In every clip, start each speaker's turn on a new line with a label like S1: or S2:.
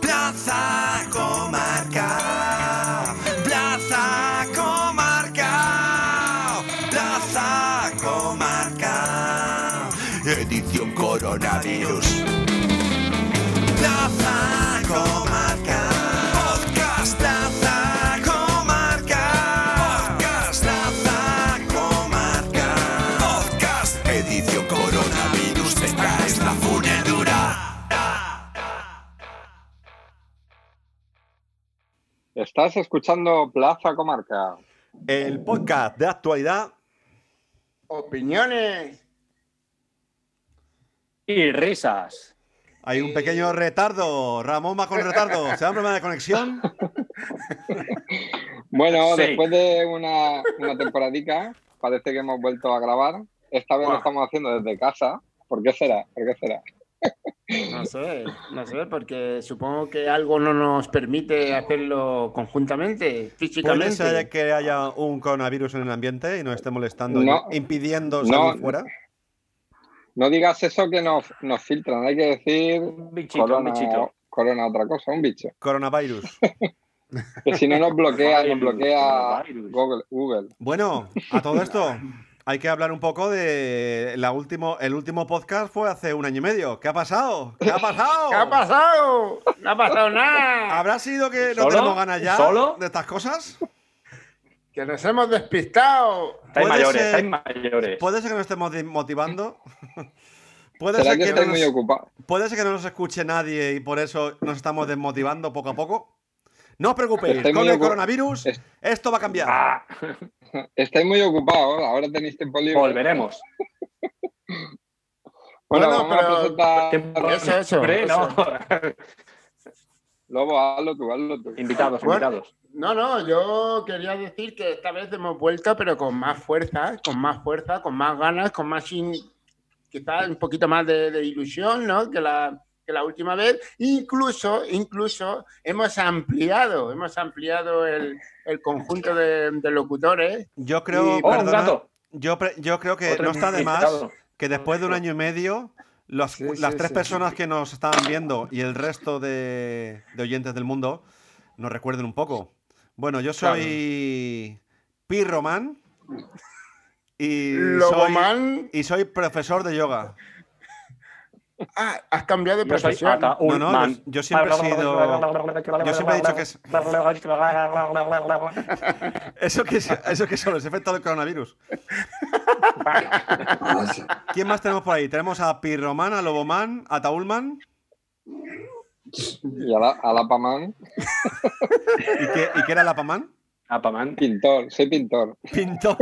S1: Plaza Comarca. Plaza Comarca. Plaza Comarca. Edición coronavirus. Plaza Comarca. Podcast Plaza Comarca. Podcast Plaza Comarca. Podcast Edición coronavirus. Esta es la funedura.
S2: Estás escuchando Plaza Comarca.
S3: El podcast de actualidad.
S4: Opiniones.
S5: Y risas.
S3: Hay un pequeño retardo. Ramón va con retardo. ¿Se da un problema de conexión?
S2: Bueno,
S5: Sí.
S2: después de una, una temporadica, parece que hemos vuelto a grabar. Esta vez lo
S5: Buah.
S2: estamos haciendo desde casa. ¿Por qué será? ¿Por qué será?
S5: No sé, no sé, porque supongo que algo no nos permite hacerlo conjuntamente,
S3: Puede
S5: físicamente.
S3: ser que haya un coronavirus en el ambiente y nos esté molestando, y
S2: No.
S3: impidiendo
S2: No.
S3: salir fuera.
S2: No digas eso que nos, nos filtran. Hay que decir
S5: Un bichito, un bichito.
S2: corona otra cosa, un bicho.
S3: Coronavirus.
S2: Que si no nos bloquea, nos
S5: Coronavirus,
S2: bloquea
S5: coronavirus.
S2: Google, Google.
S3: Bueno, a todo esto, hay que hablar un poco de la último, el último podcast fue hace un año y medio. ¿Qué ha pasado? ¿Qué ha pasado?
S4: ¿Qué ha pasado?
S5: No ha pasado nada.
S3: ¿Habrá sido que no
S5: ¿Solo?
S3: tenemos ganas ya
S5: ¿Solo?
S3: de estas cosas?
S4: Que nos hemos despistado.
S3: puede
S6: Estáis mayores,
S3: ser-
S6: estáis mayores.
S3: Puede ser que nos estemos desmotivando. Puede
S2: ¿Será
S3: ser
S2: que
S3: que,
S2: estoy
S3: no
S2: muy
S3: nos-
S2: ocupado?
S3: puede ser que no nos escuche nadie y por eso nos estamos desmotivando poco a poco. No os preocupéis,
S2: Estoy
S3: con
S2: muy
S3: el
S2: ocu-
S3: coronavirus
S2: Es-
S3: esto va a cambiar.
S6: Ah,
S2: Estáis muy ocupado. Ahora tenéis tiempo libre.
S6: volveremos.
S2: Bueno,
S4: Bueno,
S2: vamos
S4: pero-
S2: a
S6: Ah, Tiempo-
S4: Eso,
S2: presentar.
S4: eso,
S6: Hombre, no.
S2: Lobo, hazlo tú, hazlo tú.
S6: invitados,
S4: Bueno.
S6: invitados.
S4: No, no, yo quería decir que esta vez hemos vuelto, pero con más fuerza, con más fuerza, con más ganas, con más in- quizás un poquito más de, de ilusión, ¿no? Que la, que la última vez. Incluso, incluso hemos ampliado, hemos ampliado el, el conjunto de, de locutores.
S3: Yo creo,
S4: Y-
S6: Oh, un
S3: perdona,
S6: gato.
S3: yo, pre- yo creo que
S6: Otro
S3: no está de más
S6: invitado.
S3: que después de un año y medio, los-
S4: Sí,
S3: las
S4: sí,
S3: tres
S4: sí.
S3: personas que nos estaban viendo y el resto de, de oyentes del mundo nos recuerden un poco. Bueno, yo soy Pirroman y soy,
S4: Loboman,
S3: y soy profesor de yoga.
S4: ah, has cambiado de
S6: Yo soy
S4: profesión.
S3: No, no,
S6: Ataulman.
S3: yo- yo siempre he sido- yo siempre he dicho que es- Eso que, eso que son los efectos del coronavirus. ¿Quién más tenemos por ahí? Tenemos a Pirroman, a Loboman, a Taulman.
S2: Y a la, a la Pamán,
S3: ¿Y qué, y qué era la Paman?
S6: Ataman.
S2: pintor, soy pintor.
S3: Pintor.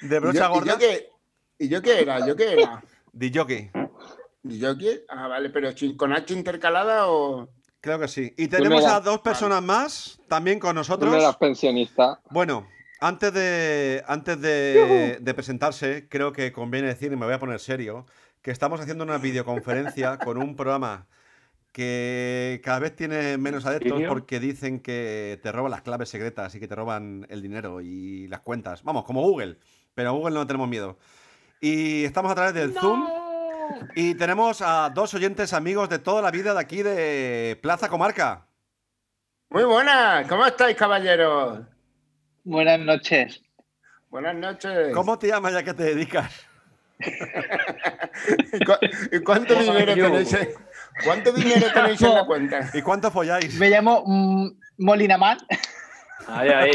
S3: De
S4: ¿Y yo,
S3: brocha
S4: y
S3: gorda.
S4: yo qué- ¿Y yo qué era? ¿Yo qué era?
S3: De jockey.
S4: ¿Y yo qué? Ah, vale, pero sin- con H intercalada o.
S3: Creo que sí. Y
S2: no
S3: tenemos
S2: eras-
S3: a dos personas más también con
S2: Tú no eras
S3: nosotros.
S2: pensionista.
S3: Bueno, antes de antes de, de presentarse, creo que conviene decir, y me voy a poner serio, que estamos haciendo una videoconferencia con un programa que cada vez tiene menos adeptos
S6: ¿Vídeo?
S3: porque dicen que te roban las claves secretas y que te roban el dinero y las cuentas. Vamos, como Google, pero a Google no tenemos miedo. Y estamos a través del Zoom y tenemos a dos oyentes amigos de toda la vida de aquí de Plaza Comarca.
S4: Muy buenas, ¿cómo estáis, caballeros?
S7: Buenas noches.
S4: Buenas noches.
S3: ¿Cómo te llamas ya que te dedicas?
S4: ¿Y, cu- y cuánto,
S6: ¿Cómo
S4: dinero
S6: yo?
S4: tenéis en... cuánto dinero tenéis en la cuenta?
S3: ¿Y cuánto folláis?
S7: Me llamo mm, Molina Man.
S6: Ahí, ahí.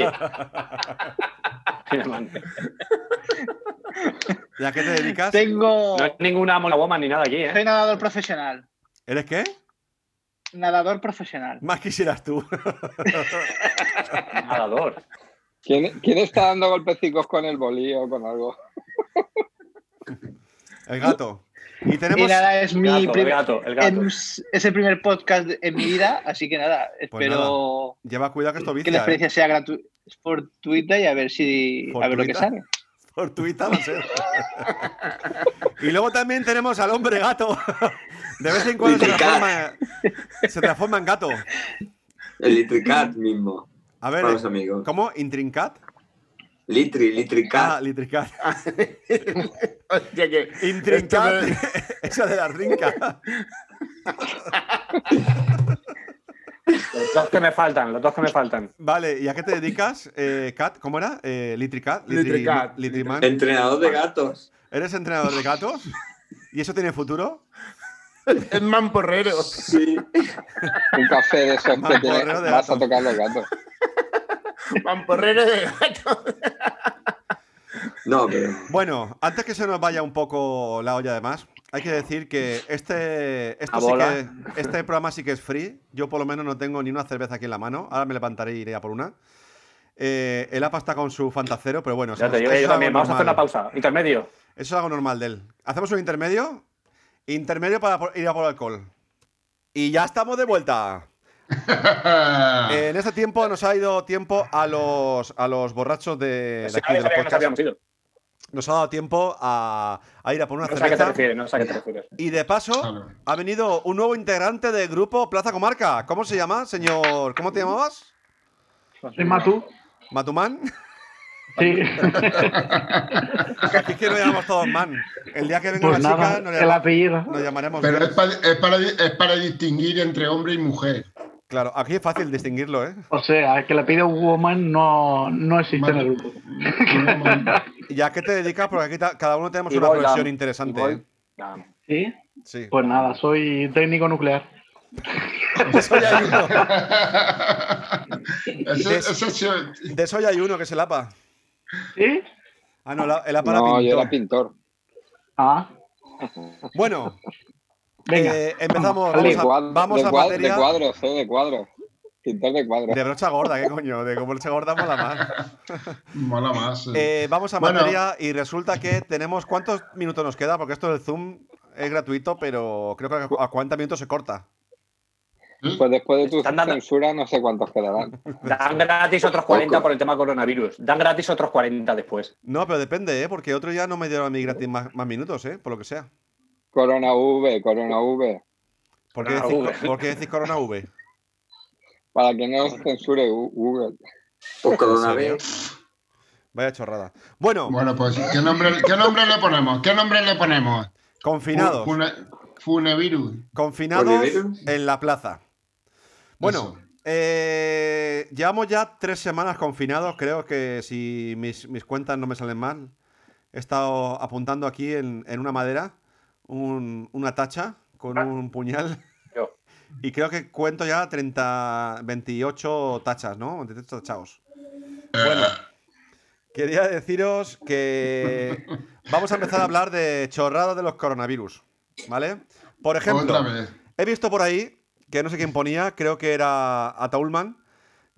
S6: Ataman.
S3: ¿Y a qué te dedicas?
S7: Tengo.
S6: No es ninguna mola woman ni nada aquí, ¿eh?
S7: Soy nadador profesional.
S3: ¿Eres qué?
S7: Nadador profesional.
S3: Más quisieras tú.
S6: Nadador.
S2: ¿Quién, quién está dando golpecicos con el bolí o con algo?
S3: El gato. Y
S7: Y
S3: tenemos.
S7: nada, es mi
S6: Gato, el
S7: primer.
S6: gato, el gato.
S7: em- es el primer podcast en mi vida, así que nada,
S3: Pues
S7: espero
S3: Lleva cuidado que esto
S7: que la
S3: vicia. ¿eh?
S7: experiencia sea gratu- fortuita y a ver si a ver lo que
S3: ¿Fortuita?
S7: sale.
S3: Fortuita va a ser. y luego también tenemos al hombre gato. De vez en cuando se transforma, se transforma en gato.
S8: El Litricat mismo.
S3: A ver,
S8: Para los amigos.
S3: ¿cómo? ¿Intrincat?
S8: Litri,
S3: Ah,
S8: Litricat.
S3: litricat.
S4: Hostia, que
S8: Este
S4: este
S3: Intrincat. Esa de la rinca.
S6: dos que me faltan, los dos que me faltan.
S3: Vale, ¿y a qué te dedicas, eh, Cat? ¿Cómo era? Eh, Litricat. Litri-
S4: Litricat.
S3: Litriman.
S8: Entrenador de gatos.
S3: ¿Eres entrenador de gatos? ¿Y eso tiene futuro?
S4: Es mamporrero.
S8: Sí.
S2: Un café de esos que tiene-
S3: Mamporreo de
S2: vas a
S3: gato.
S2: tocar los gatos.
S4: Mamporrero de gato.
S8: No, pero.
S2: Eh,
S3: Bueno, antes que se nos vaya un poco la olla de más, hay que decir que este, esto
S6: A
S3: sí
S6: bola.
S3: que- este programa sí que es free. Yo por lo menos no tengo ni una cerveza aquí en la mano. Ahora me levantaré y iré a por una. Eh, el APA está con su fantacero, pero bueno,
S6: Ya
S3: eso-
S6: te digo,
S3: eso
S6: yo
S3: es
S6: también.
S3: algo
S6: Vamos a hacer una
S3: normal.
S6: pausa. Intermedio.
S3: Eso es algo normal de él. Hacemos un intermedio. Intermedio para por- ir a por alcohol. Y ya estamos de vuelta. En este tiempo nos ha ido tiempo a los, a los borrachos de, Eh, de
S6: Sí,
S3: aquí del
S6: sabía que nos
S3: podcast.
S6: habíamos ido.
S3: Nos ha dado tiempo a, a ir a por una
S6: No sé a qué te
S3: cerveza.
S6: refieres, no sé a qué te refieres.
S3: Y de paso,
S5: Claro.
S3: ha venido un nuevo integrante del grupo Plaza Comarca. ¿Cómo se llama, señor? ¿Cómo te llamabas?
S9: Soy Matú.
S3: ¿Matumán?
S9: Sí.
S3: Aquí es que nos llamamos todos man. El día que venga
S9: Pues
S3: una
S9: nada,
S3: chica, nos,
S9: el
S3: llama-
S9: apellido.
S3: nos llamaremos.
S5: Pero
S3: bien.
S5: es para, es, para, es para distinguir entre hombre y mujer.
S3: Claro, aquí es fácil distinguirlo, ¿eh?
S9: O sea, el que le pide woman no, no existe en el grupo.
S3: ¿Y a qué te dedicas? Porque aquí ta- cada uno tenemos
S6: Y
S3: una
S6: voy,
S3: profesión
S6: Dam.
S3: interesante.
S6: Y voy.
S3: ¿eh?
S6: Ah,
S9: ¿Sí?
S3: Sí.
S9: Pues nada, soy técnico nuclear.
S5: Pues,
S3: Eso ya hay uno.
S5: Ese- ese sí-
S3: De eso ya hay uno que es el APA.
S9: ¿Sí?
S3: Ah, no, la- el APA era
S2: No, yo
S3: pintor.
S2: era pintor.
S9: Ah,
S3: Bueno,
S9: venga.
S3: eh, empezamos.
S9: Vamos,
S2: De
S3: Vamos
S2: cuadros,
S3: a, vamos
S2: de,
S3: a
S2: cuadros, de
S3: materia.
S2: cuadros, soy de cuadros. Pintor de cuadros.
S3: De brocha gorda, ¿qué coño? De brocha gorda mola más.
S5: mola más. eh.
S3: Eh, vamos a
S5: Bueno.
S3: materia y resulta que tenemos. ¿Cuántos minutos nos queda? Porque esto del Zoom es gratuito, pero creo que a cu- a 40 minutos se corta.
S2: Pues después de tu
S6: Están dando-
S2: censura no sé cuántos quedarán.
S6: Dan gratis otros 40
S8: Poco.
S6: por el tema coronavirus. Dan gratis otros 40 después.
S3: No, pero depende, ¿eh? Porque otro ya no me dieron a mí gratis más, más minutos, ¿eh? Por lo que sea.
S2: Corona V, Corona V.
S3: ¿Por qué,
S6: Corona
S3: decís,
S6: V.
S3: co- por qué decís Corona V?
S2: Para que no os censure U- Google.
S8: O
S3: ¿En
S8: coronavirus.
S3: Vaya chorrada. Bueno,
S5: Bueno, pues, ¿qué nombre, ¿qué nombre le ponemos? ¿Qué nombre le ponemos?
S3: confinados.
S5: Fune- funevirus.
S3: Confinados
S8: Oliveros.
S3: en la plaza. Bueno,
S5: Eso.
S3: eh, llevamos ya tres semanas confinados, creo que si mis, mis cuentas no me salen mal. He estado apuntando aquí en, en una madera un- una tacha con un puñal.
S6: Yo.
S3: Y creo que cuento ya 30, 28 tachas, ¿no? 28 tachaos. Bueno, quería deciros que vamos a empezar a hablar de chorradas de los coronavirus, ¿vale? Por ejemplo,
S5: Otra vez.
S3: He visto por ahí, que no sé quién ponía, creo que era Ataulman,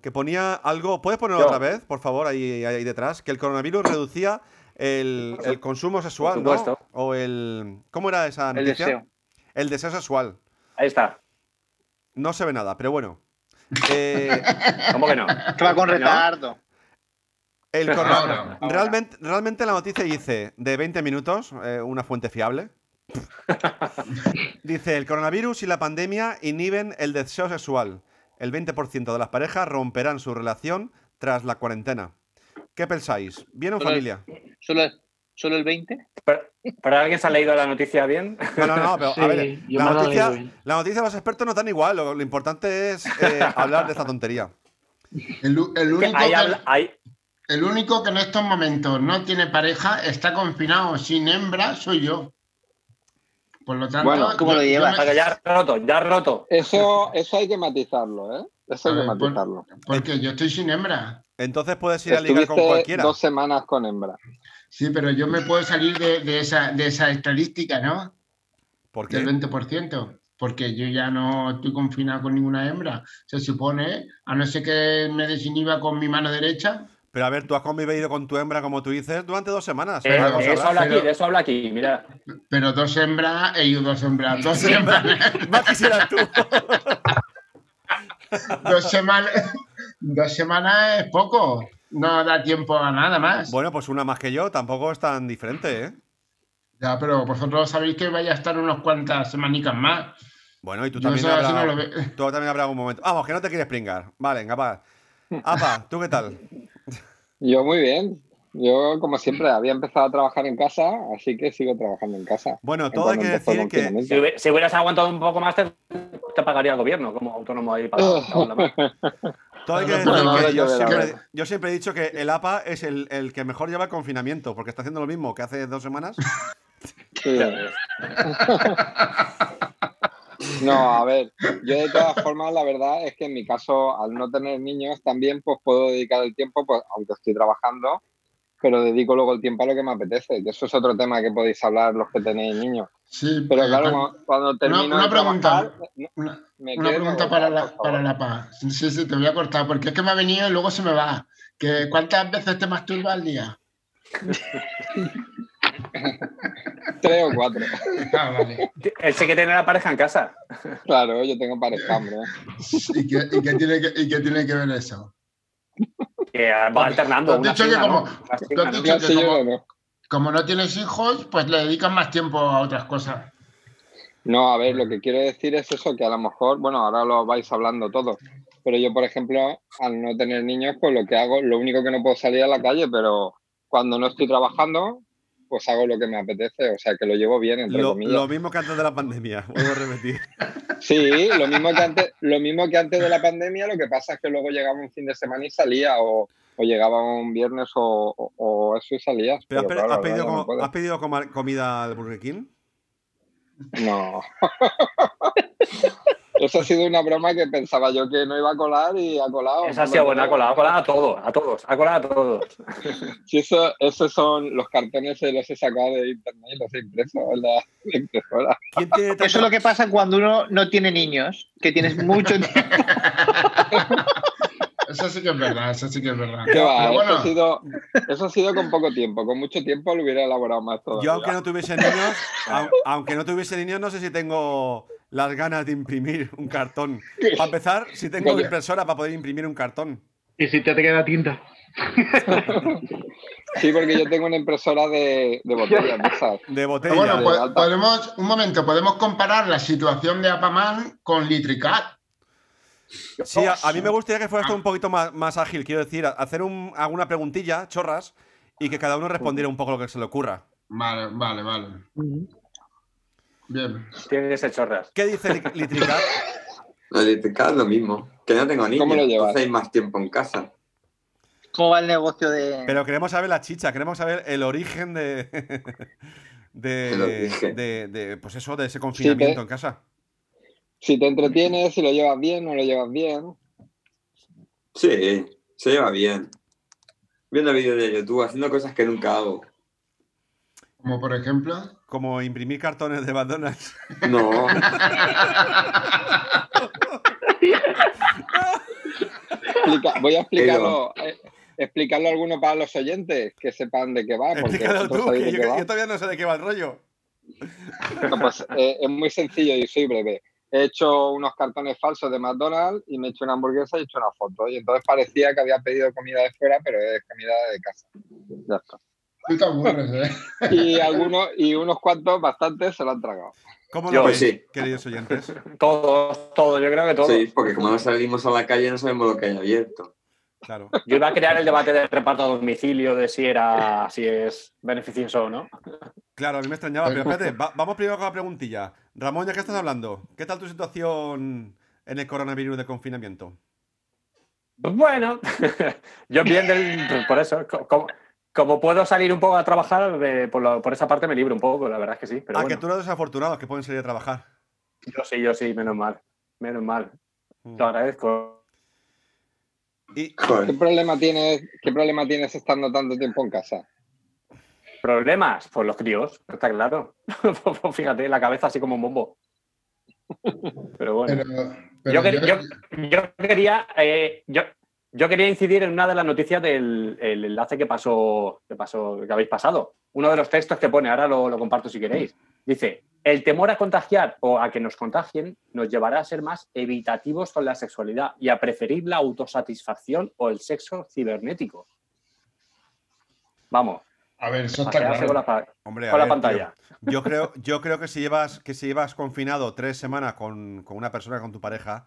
S3: que ponía algo. ¿Puedes ponerlo
S6: Yo.
S3: otra vez, por favor, ahí, ahí detrás? Que el coronavirus reducía el, el consumo sexual,
S6: Por
S3: ¿no?
S6: supuesto.
S3: O el. ¿Cómo era esa
S7: El
S3: noticia?
S7: deseo.
S3: El deseo sexual.
S6: Ahí está.
S3: No se ve nada, pero bueno. Eh,
S6: ¿Cómo que no?
S7: Que va con
S6: ¿No?
S7: retardo.
S3: el
S5: Ahora.
S3: corona- Realmente, realmente la noticia dice, de 20 minutos, eh, una fuente fiable. dice, el coronavirus y la pandemia inhiben el deseo sexual. El 20% de las parejas romperán su relación tras la cuarentena. ¿Qué pensáis? ¿Bien o
S7: Solo-
S3: familia?
S7: ¿Solo, solo el 20?
S6: ¿Pero alguien se ha leído la noticia bien?
S3: No, no, no, pero
S9: Sí,
S3: a ver,
S9: yo
S3: la
S9: me la
S3: noticia,
S9: leo bien.
S3: la noticia de los expertos no tan igual. Lo, lo importante es eh, hablar de esta tontería.
S5: El, u- el
S6: Que
S5: único
S6: ahí
S5: que-
S6: habla- ahí-
S5: el único que en estos momentos no tiene pareja, está confinado sin hembra, soy yo. Por lo tanto,
S2: Bueno,
S7: ¿cómo lo
S5: yo- yo
S7: llevas?
S5: me-
S6: Pero ya has roto, ya has roto.
S2: Eso, eso hay que matizarlo, ¿eh? Eso hay
S5: A
S2: que
S5: ver, pon-
S2: matizarlo.
S5: Porque yo estoy sin hembra.
S3: Entonces puedes ir a ligar con
S2: Estuviste
S3: cualquiera.
S2: dos semanas con hembra.
S5: Sí, pero yo me puedo salir de, de esa, de esa estadística, ¿no?
S3: ¿Por qué?
S5: Del 20%. Porque yo ya no estoy confinado con ninguna hembra. Se supone, a no ser que me desinhiba con mi mano derecha.
S3: Pero a ver, tú has convivido con tu hembra, como tú dices, durante dos semanas.
S6: Eh,
S5: vamos
S6: de
S5: a
S6: eso
S5: hablar,
S6: habla aquí,
S5: pero-
S6: de eso habla aquí, mira.
S5: Pero dos hembras, ellos dos hembras, dos semanas,
S3: Más quisieras tú.
S5: dos semanas, dos semanas es poco. No da tiempo a nada más.
S3: Bueno, pues una más que yo, tampoco es tan diferente, ¿eh?
S5: Ya, pero vosotros sabéis que vaya a estar unas cuantas semanicas más.
S3: Bueno, y tú
S5: Yo
S3: también
S5: eso así
S3: habrá,
S5: no lo veo.
S3: tú también habrá algún momento. Vamos, que no te quieres pringar. Vale, venga, va. Apa, ¿tú qué tal?
S2: Yo muy bien. Yo, como siempre, había empezado a trabajar en casa, así que sigo trabajando en casa.
S3: Bueno,
S2: En
S3: todo hay
S2: cuanto
S3: que
S2: empezó el
S3: decir que
S2: confinamiento.
S6: Si, hubi- si hubieras aguantado un poco más, te, te pagaría el gobierno como autónomo ahí para para la mano.
S3: Todo hay que
S5: No,
S3: decir
S5: no,
S3: que
S2: no,
S3: yo,
S2: no,
S3: siempre,
S2: no.
S3: yo siempre he dicho que el APA es el, el que mejor lleva el confinamiento, porque está haciendo lo mismo que hace dos semanas.
S2: Sí. No, a ver, yo de todas formas, la verdad es que en mi caso, al no tener niños, también pues puedo dedicar el tiempo, pues aunque estoy trabajando, pero dedico luego el tiempo a lo que me apetece, que eso es otro tema que podéis hablar los que tenéis niños.
S5: Sí,
S2: Pero
S5: eh,
S2: claro,
S5: con-
S2: cuando, cuando termino
S5: una
S2: de
S5: pregunta.
S2: trabajar, me-
S5: una,
S2: me
S5: una
S2: quedo-
S5: pregunta para
S2: por
S5: la,
S2: favor.
S5: para la paz. Sí, sí, sí, te voy a cortar, porque es que me ha venido y luego se me va. Que, ¿Cuántas veces te masturbas al día?
S2: Tres o cuatro.
S5: Ah, vale.
S6: Él sí que tiene la pareja en casa.
S2: Claro, yo tengo pareja, hombre.
S5: ¿Y qué, y qué tiene, que, y qué tiene que ver eso?
S6: Que va alternando.
S5: Tú has dicho
S6: una
S5: que
S6: finga,
S5: como-
S6: ¿no? Una
S5: tú has
S6: finga, ¿no?
S5: dicho-
S2: Yo sí, yo
S5: como-
S2: no.
S5: Como no tienes hijos, pues le dedicas más tiempo a otras cosas.
S2: No, a ver, lo que quiero decir es eso, que a lo mejor, bueno, ahora lo vais hablando todos, pero yo, por ejemplo, al no tener niños, pues lo que hago, lo único que no puedo salir a la calle, pero cuando no estoy trabajando, pues hago lo que me apetece, o sea, que lo llevo bien, entre
S3: Lo,
S2: comillas.
S3: lo mismo que antes de la pandemia, vuelvo a repetir.
S2: Sí, lo mismo, que antes, lo mismo que antes de la pandemia, lo que pasa es que luego llegaba un fin de semana y salía, o, o llegaba un viernes o, o- o eso y salías.
S3: Pero has, pe-
S2: claro,
S3: has
S2: ahora
S3: pedido,
S2: ya no
S3: como-
S2: puedo.
S3: has pedido coma- comida al Burger King?
S2: No. Eso ha sido una broma que pensaba yo que no iba a colar y ha colado.
S6: Esa ha sido buena, ha colado, ha colado a todos, a todos, ha colado a todos.
S2: Sí, eso- esos son los cartones que los he sacado de internet y los he impreso en la la impresora.
S3: ¿Quién
S5: Ah,
S3: tiene
S7: Eso es
S3: tanta-
S7: lo que pasa cuando uno no tiene niños, que tienes mucho tiempo.
S5: Eso sí que es verdad, eso sí que es verdad.
S2: ¿Qué va? ¿eh?
S5: Pero
S2: Eso,
S5: bueno,
S2: ha sido, eso ha sido con poco tiempo. Con mucho tiempo lo hubiera elaborado más todo.
S3: Yo aunque no tuviese niños, au- aunque no tuviese niños, no sé si tengo las ganas de imprimir un cartón. Para empezar, si tengo
S2: Coño.
S3: impresora para poder imprimir un cartón.
S9: Y si te, te queda tinta.
S2: Sí, porque yo tengo una impresora de, de botellas de esas.
S3: De
S5: pero
S3: botella.
S5: bueno,
S2: pues-
S5: po- podemos, un momento, podemos comparar la situación de Apaman con Litricat.
S3: Sí, a, a mí me gustaría que fuera esto un poquito más, más ágil, quiero decir, a- hacer un, alguna preguntilla, chorras, y que cada uno respondiera un poco lo que se le ocurra.
S5: Vale, vale, vale. Bien.
S6: Tiene ese chorras.
S3: ¿Qué dice Li- Litricat?
S8: Lo de Litricat es lo mismo. Que no tengo niños.
S2: ¿Cómo lo llevas?
S8: Entonces hay más tiempo en casa.
S7: ¿Cómo va el negocio de.?
S3: Pero queremos saber la chicha, queremos saber el origen de. de,
S8: El origen.
S3: de- de, pues eso, de ese confinamiento en casa.
S2: Si te entretienes, si lo llevas bien, no lo llevas bien.
S8: Sí, se lleva bien. Viendo vídeos de YouTube, haciendo cosas que nunca hago.
S5: Como por ejemplo.
S3: Como imprimir cartones de McDonald's.
S8: No.
S2: Explica- voy a explicarlo. eh, explicarlo a alguno para los oyentes que sepan de qué va. Porque
S3: Explícalo
S2: vosotros
S3: tú,
S2: sabéis
S3: que
S2: de
S3: yo,
S2: qué va.
S3: yo todavía no sé de qué va el rollo.
S2: No, pues, eh, es muy sencillo y soy breve. He hecho unos cartones falsos de McDonald's y me he hecho una hamburguesa y he hecho una foto. Y entonces parecía que había pedido comida de fuera, pero es comida de casa. Ya está.
S5: Tú te aburres, ¿eh?
S2: Y algunos, y unos cuantos, bastantes, se lo han tragado.
S3: ¿Cómo
S6: Yo,
S3: lo veis,
S8: pues sí.
S3: queridos oyentes?
S6: Todos, todos, yo creo que todos.
S8: Sí, porque como no salimos a la calle, no sabemos lo que hay abierto.
S3: Claro.
S6: Yo iba a crear el debate del reparto a domicilio de si era, si es beneficioso o no.
S3: Claro, a mí me extrañaba, pero espérate, va- vamos primero con la preguntilla. Ramón, ¿ya qué estás hablando? ¿Qué tal tu situación en el coronavirus de confinamiento?
S6: Pues Bueno, yo bien del, por eso, co- como, como puedo salir un poco a trabajar, de- por, la- por esa parte me libro un poco, la verdad es que sí. Pero
S3: ah,
S6: bueno,
S3: que tú eres desafortunado, que pueden salir a trabajar.
S6: yo sí, yo sí, menos mal, menos mal.
S3: Mm.
S6: Lo agradezco.
S3: Y,
S2: ¿Qué
S8: Joder.
S2: problema tienes, qué problema tienes estando tanto tiempo en casa?
S6: ¿Problemas? Pues los críos, está claro. Pues Fíjate, la cabeza así como un bombo. Pero bueno.
S5: Pero,
S6: yo,
S5: pero
S6: quer- yo- yo quería eh, yo, yo quería incidir en una de las noticias del el enlace que pasó, que pasó que habéis pasado. Uno de los textos que pone, ahora lo, lo comparto si queréis. Dice, el temor a contagiar o a que nos contagien nos llevará a ser más evitativos con la sexualidad y a preferir la autosatisfacción o el sexo cibernético. Vamos,
S5: A ver, eso
S6: a
S5: está
S6: quedarse
S5: claro.
S6: Ah, con la, pa-
S3: hombre, a
S6: con la
S3: ver,
S6: pantalla.
S3: tío, yo creo, yo creo que si llevas, que si llevas confinado tres semanas con, con una persona, con tu pareja,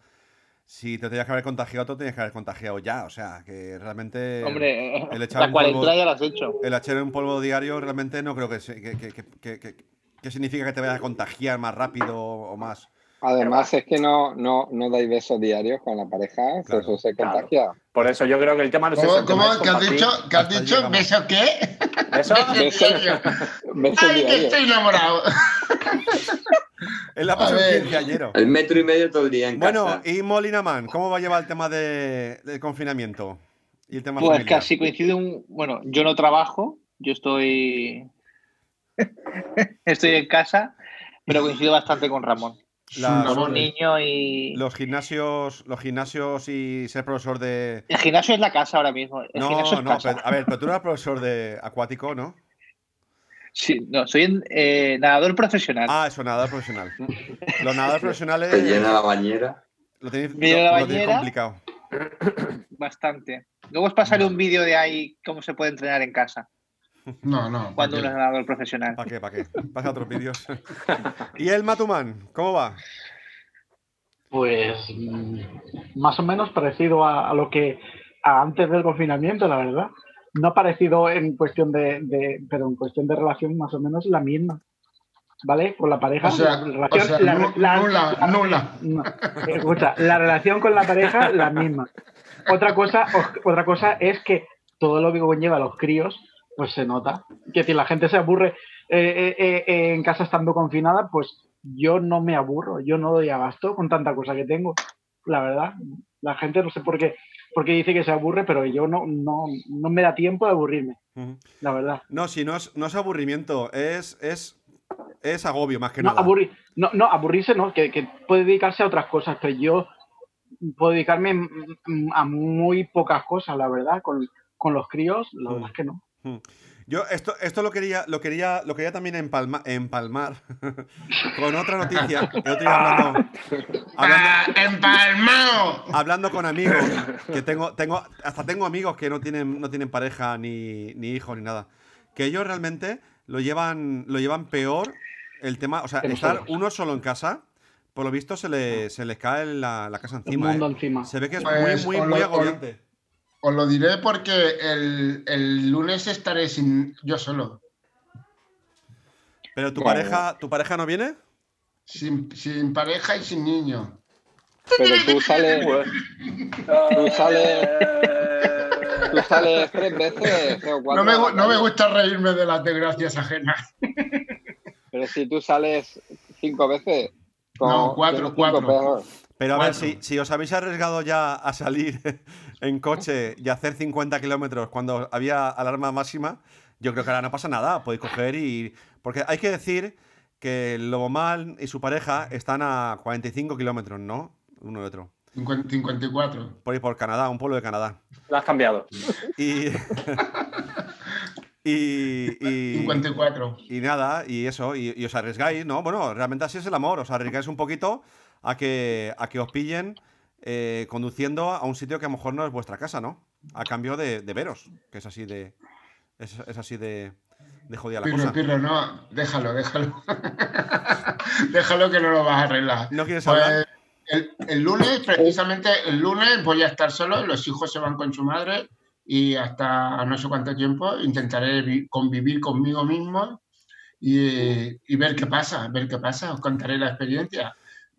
S3: si te tenías que haber contagiado, te tenías que haber contagiado ya. O sea, que realmente
S7: Hombre, eh,
S3: el echar
S7: la
S3: un
S7: cuarentena
S3: polvo-
S7: ya la has hecho.
S3: el echar un polvo diario realmente no creo que, se- que, que- que- que- que- que significa que te vayas a contagiar más rápido o más.
S2: Además, es que no, no, no dais besos diarios con la pareja,
S3: Claro,
S2: eso se
S6: claro.
S2: contagia.
S6: Por eso yo creo que el tema no es pues eso.
S5: ¿Cómo,
S6: el tema
S5: cómo?
S6: es
S5: ¿Qué has
S6: compartir
S5: dicho? ¿Qué has
S3: Hasta ahí
S5: dicho? ¿Beso qué?
S3: llegamos.
S6: Eso,
S5: ¿Beso diario?
S2: Besos
S5: ¡Ay, que
S2: diarios.
S5: estoy enamorado!
S3: Es la
S5: A
S3: pasión
S5: ver.
S3: quinceañero.
S8: El metro y medio todo el día en
S3: Bueno,
S8: casa.
S3: y Molina Man, ¿cómo va a llevar el tema de, del confinamiento? Y el tema
S7: Pues
S3: familiar?
S7: casi coincide un. Bueno, yo no trabajo, yo estoy. estoy en casa, pero coincido bastante con Ramón.
S3: La-
S7: Con un niño y.
S3: Los gimnasios, los gimnasios y ser profesor de.
S7: El gimnasio es la casa ahora mismo. El gimnasio
S3: No,
S7: es
S3: no,
S7: casa.
S3: pero- a ver, pero tú no eras profesor de acuático, ¿no?
S7: Sí, no, soy en- eh, nadador profesional.
S3: Ah, eso, nadador profesional. Los nadadores profesionales
S8: Te llena la bañera.
S3: lo tenéis,
S7: Me llena la
S3: lo- lo tenéis
S7: bañera.
S3: complicado.
S7: Bastante. Luego os pasaré un vídeo de ahí cómo se puede entrenar en casa
S5: No, no.
S7: cuando uno es
S5: porque-
S7: nadador profesional.
S3: ¿Para qué? ¿Para qué? Pasa otros vídeos. ¿Y el Matuman? ¿Cómo va?
S9: Pues mm, más o menos parecido a, a lo que a antes del confinamiento, la verdad. No parecido en cuestión de, de- pero en cuestión de relación más o menos la misma. ¿Vale? Con la pareja.
S5: O sea,
S9: la
S5: o
S9: relación,
S5: sea,
S9: la-
S5: nu-
S9: la-
S5: nula, nula.
S9: no, escucha, la relación con la pareja la misma. Otra cosa, os- otra cosa es que todo lo que conlleva a los críos, pues se nota. Que decir, la gente se aburre eh, eh, eh, eh, en casa estando confinada, pues yo no me aburro, yo no doy abasto con tanta cosa que tengo. La verdad, la gente no sé por qué, por qué dice que se aburre, pero yo no, no, no me da tiempo de aburrirme,
S3: Ujú.
S9: la verdad.
S3: No, si no es, no es aburrimiento, es, es, es agobio más que
S9: no,
S3: nada.
S9: aburri- no, no, aburrirse no, que, que puede dedicarse a otras cosas, pero yo puedo dedicarme m- m- a muy pocas cosas, la verdad, con, con los críos, la
S3: Mm.
S9: verdad es que no.
S3: Yo esto, esto lo quería, lo quería, lo quería también empalma- empalmar con otra noticia. El otro día
S9: Ah.
S3: hablando, hablando-
S5: ¡Ah, empalmado!
S3: hablando con amigos, que tengo, tengo, hasta tengo amigos que no tienen, no tienen pareja, ni, ni hijo, ni nada. Que ellos realmente lo llevan, lo llevan peor el tema, o sea,
S9: Que
S3: estar
S9: nosotros.
S3: uno solo en casa, por lo visto se, le, se les cae la, la casa
S9: El
S3: encima.
S9: mundo
S3: ¿eh?
S9: encima.
S3: Se ve que es
S5: Pues,
S3: muy, muy,
S5: o
S3: muy
S5: lo- o-
S3: agobiante.
S5: Os lo diré porque el, el lunes estaré sin yo solo.
S3: Pero tu
S2: Bueno.
S3: pareja, ¿tu pareja no viene?
S5: Sin, sin pareja y sin niño.
S2: Pero tú sales, tú sales, tú sales tres veces tres o
S5: No
S2: cuatro.
S5: me, gu-
S2: a la
S5: no me
S2: calle.
S5: gusta reírme de las desgracias ajenas.
S2: Pero si tú sales cinco veces.
S5: No, cuatro,
S2: tienes cinco
S5: cuatro.
S2: perros.
S3: Pero a ver,
S5: Cuatro.
S3: si, si os habéis arriesgado ya a salir en coche y hacer 50 kilómetros cuando había alarma máxima, yo creo que ahora no pasa nada. Podéis coger y. Porque hay que decir que Lobomal y su pareja están a 45 kilómetros, ¿no? Uno de otro.
S5: 50 54.
S3: Por ahí por Canadá, un pueblo de Canadá.
S6: lo has cambiado.
S3: Y. y, y
S5: 54.
S3: y nada, y eso, y, y os arriesgáis, ¿no? Bueno, realmente así es el amor, os arriesgáis un poquito a que, a que os pillen eh, conduciendo a un sitio que a lo mejor no es vuestra casa, ¿no? A cambio de, de veros, que es así de. Es, es así de, de jodida la
S5: Pirro,
S3: cosa.
S5: pirro, no. Déjalo, déjalo. déjalo que no lo vas a arreglar.
S3: ¿No quieres
S5: Pues,
S3: hablar?
S5: el, el lunes, precisamente el lunes voy a estar solo, los hijos se van con su madre y hasta no sé cuánto tiempo intentaré vi- convivir conmigo mismo y, eh, y ver qué pasa, ver qué pasa, os contaré la experiencia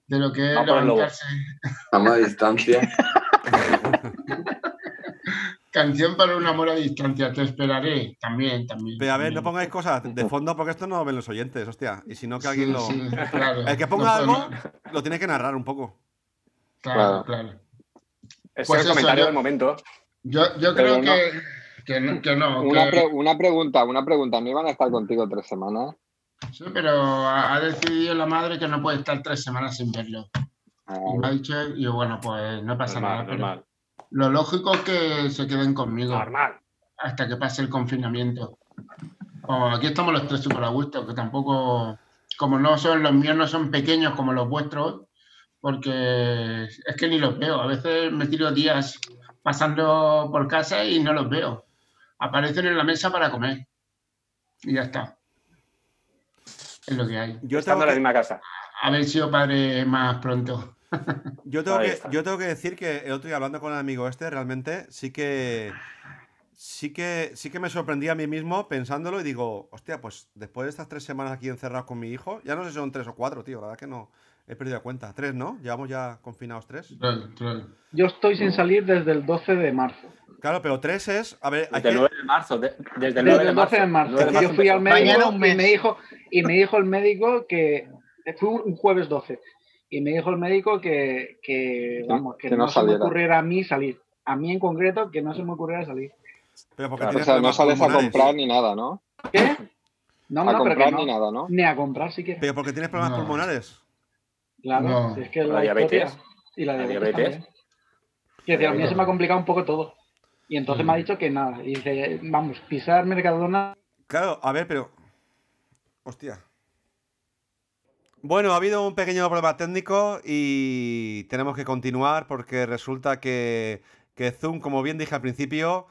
S5: de lo que es
S6: Va por el lobo.
S5: levantarse.
S8: Estamos a distancia.
S5: Canción para un amor a distancia, te esperaré también, también.
S3: Pero a ver, no
S5: también.
S3: pongáis cosas de fondo porque esto no lo ven los oyentes, hostia. Y si no, que alguien lo.
S5: mm. Sí, sí, claro.
S3: El que
S5: No
S3: ponga
S5: puedo-
S3: algo lo tiene que narrar un poco.
S5: Claro, claro.
S6: Ese
S5: Pues
S6: es el
S5: eso,
S6: comentario
S5: yo-
S6: del momento.
S5: Yo,
S2: Pero
S5: yo creo
S2: no.
S5: que, que no, que no,
S2: Una,
S5: que-
S2: pre- una pregunta, una pregunta. ¿No iban a estar contigo tres semanas?
S5: sí, pero ha ha decidido la madre que no puede estar tres semanas sin verlo.
S2: Ah,
S5: Y me ha dicho, y yo, bueno, pues no pasa nada.
S6: Normal,
S5: pero
S6: normal.
S5: Lo lógico es que se queden conmigo
S6: Normal.
S5: hasta que pase el confinamiento. O aquí estamos los tres súper a gusto, que tampoco, como no son los míos, no son pequeños como los vuestros, porque es que ni los veo. A veces me tiro días pasando por casa y no los veo. Aparecen en la mesa para comer. Y ya está. Es lo que hay.
S3: Yo tengo
S6: Estando en
S3: que-
S6: la misma casa.
S5: Haber sido padre más pronto.
S3: Yo tengo,
S6: Ahí
S3: que,
S6: está.
S3: yo tengo que decir que el otro día hablando con el amigo este, realmente sí que. Sí que, sí que me sorprendí a mí mismo pensándolo y digo, hostia, pues después de estas tres semanas aquí encerrado con mi hijo, ya no sé si son tres o cuatro, tío, la verdad que no, He perdido la cuenta. Tres, ¿no? Llevamos ya confinados tres.
S5: Tres, tres.
S9: Yo estoy sin salir desde el 12 de marzo.
S3: Claro, pero tres es. A ver, hay
S6: Desde el
S3: que-
S6: 9 de marzo. de- desde el 9
S9: Desde
S6: de
S9: el 12 de marzo.
S6: marzo.
S9: Yo fui al
S7: Mañana
S9: médico
S7: un mes.
S9: y me dijo, y me dijo el médico que fue un jueves 12 y me dijo el médico que, que vamos, que,
S2: que no
S9: no, se me
S2: saliera.
S9: ocurriera a mí salir. A mí en concreto, que no se me ocurriera salir.
S3: Pero porque
S2: O
S3: tienes
S2: sea, no
S3: problemas
S2: sales a
S3: pulmonares.
S2: comprar ni nada, ¿no?
S9: ¿Qué? No,
S2: A
S9: no, pero que
S2: comprar
S9: no.
S2: ni nada, ¿no?
S9: Ni a comprar siquiera.
S3: Pero porque tienes problemas
S5: No.
S3: pulmonares.
S9: Claro,
S5: No.
S9: si es que
S6: La
S9: la,
S6: diabetes.
S9: historia- Y la
S6: La
S9: diabetes.
S6: diabetes.
S9: también. Que decía, a mí se me ha complicado un poco todo. Y entonces
S5: Mm.
S9: me ha dicho que nada. Y dice, vamos, pisar Mercadona.
S3: Claro, a ver, pero. Hostia. Bueno, ha habido un pequeño problema técnico y tenemos que continuar porque resulta que, que Zoom, como bien dije al principio,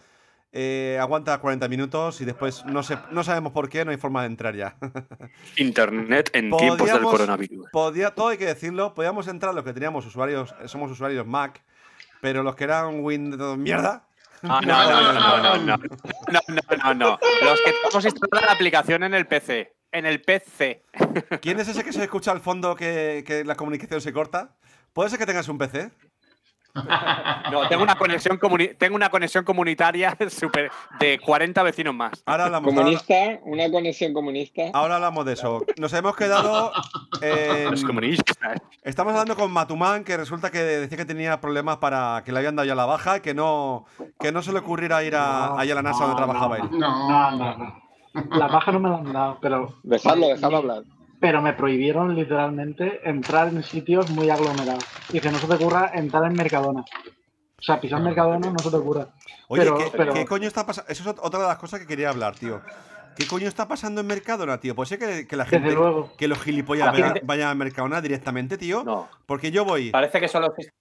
S3: eh, aguanta 40 minutos y después no, sé, no sabemos por qué, no hay forma de entrar ya.
S10: Internet en
S3: Podíamos-
S10: tiempos del coronavirus.
S3: Podía, todo hay que decirlo, podíamos entrar los que teníamos usuarios, eh, somos usuarios Mac, pero los que eran Windows mierda,
S10: Ah, no, no, no, no, no, no, no, no, no, no. Los que tenemos instalada la aplicación en el PC. En el PC.
S3: ¿quién es ese que se escucha al fondo que, que la comunicación se corta? ¿Puede ser que tengas un PC?
S10: No, tengo una conexión, comuni- tengo una conexión comunitaria super de 40 vecinos más.
S3: Ahora hablamos, ahora-
S2: Comunista, una conexión comunista.
S3: Ahora hablamos de eso. Nos hemos quedado. en-
S10: Los comunistas.
S3: estamos hablando con Matumán, que resulta que decía que tenía problemas para que le habían dado ya la baja, y que no, que no se le ocurriera ir a, ahí a la NASA donde trabajaba él.
S5: No,
S9: No, no, no. La baja no me la han dado, pero,
S2: Dejadlo, dejadlo hablar.
S9: pero me prohibieron literalmente entrar en sitios muy aglomerados. Dice, no se te ocurra entrar en Mercadona. O sea,
S5: Ah.
S9: pisar Mercadona no se te ocurra.
S3: Oye,
S9: Pero-
S3: ¿qué,
S9: pero-
S3: qué coño está pasando? Eso es ot- otra de las cosas que quería hablar, tío. ¿Qué coño está pasando en Mercadona, tío? Pues sé que, que la
S9: Desde
S3: gente.
S9: luego.
S3: Que los gilipollas
S6: La
S3: vayan-
S6: gente-
S3: vayan a Mercadona directamente, tío.
S6: No.
S3: Porque yo voy,
S6: Parece que solo existe.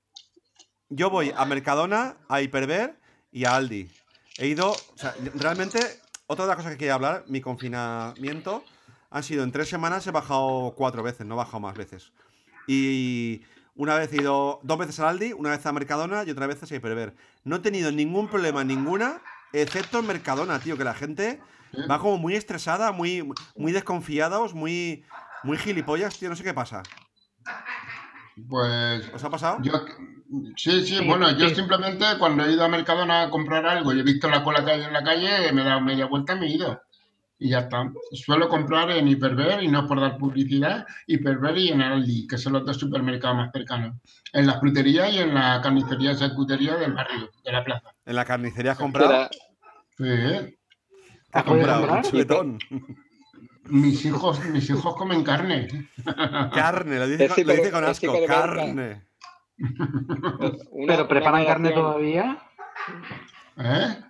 S3: yo voy a Mercadona, a Hiperver y a Aldi. He ido, o sea, realmente, otra de las cosas que quería hablar, mi confinamiento, han sido en tres semanas he bajado cuatro veces, no he bajado más veces. Y una vez he ido, dos veces al Aldi, una vez a Mercadona y otra vez a Hiperver. No he tenido ningún problema, ninguna, excepto en Mercadona, tío, que la gente va como muy estresada, muy, muy desconfiados, muy, muy gilipollas, tío, no sé qué pasa.
S5: pues
S3: ¿Os ha pasado?
S5: yo... Sí, sí,
S9: Sí,
S5: bueno, yo
S9: sí.
S5: simplemente cuando he ido a Mercadona a comprar algo y he visto la cola que hay en la calle, me he dado media vuelta y me he ido. Y ya está. Suelo comprar en Hiperver, y no es por dar publicidad, Hiperver y en Aldi, que son los dos supermercados más cercanos. En las fruterías y en la carnicería y charcutería del barrio, de la plaza.
S3: En la carnicería has comprado.
S2: Espera,
S5: Sí.
S3: ¿Qué has
S9: ¿Has podido
S3: comprado?
S9: comprar?
S3: Chuletón.
S5: Mis hijos, mis hijos comen carne.
S3: Carne, lo dice,
S2: Es
S3: con, lo dice
S2: hiper-
S3: con
S2: es
S3: asco,
S2: hiperverga.
S3: carne.
S2: una-
S9: Pero preparan
S2: una
S9: carne
S2: oración.
S9: todavía.
S5: ¿Eh?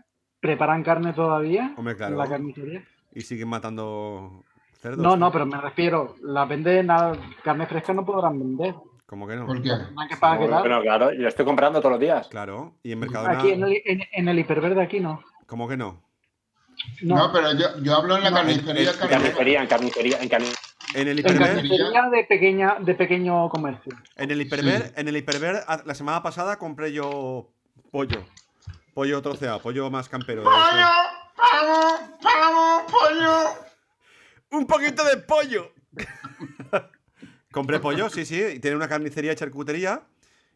S9: ¿Preparan carne todavía?
S3: Hombre, claro.
S9: en la carnicería.
S3: Y siguen matando cerdos.
S9: No, no, pero me refiero, la venden a carne fresca no podrán vender.
S3: ¿Cómo que no?
S5: ¿Por qué?
S9: Tendrán que pagar que tal.
S6: Bueno, claro, yo lo estoy comprando todos los días.
S3: Claro. Y en Mercadona.
S9: Aquí en el, en, en el hiperverde aquí no.
S3: ¿Cómo que no?
S5: No,
S9: No,
S5: pero yo, yo hablo en la
S9: No.
S5: carnicería.
S3: En- en
S6: En
S5: carne-
S6: carnicería, en carnicería, en carnicería.
S3: En el
S9: en
S3: hiperver.
S5: carnicería.
S9: carnicería de pequeña, de pequeño comercio.
S3: En el hiperver, en el hiperver, a- la semana pasada compré yo pollo. Pollo troceado, pollo más campero. de
S5: ¡Pollo!
S3: ese.
S5: ¡Pavo! ¡Pavo! ¡Pollo!
S3: ¡Un poquito de pollo! compré pollo, sí, sí. y Tiene una carnicería y charcutería.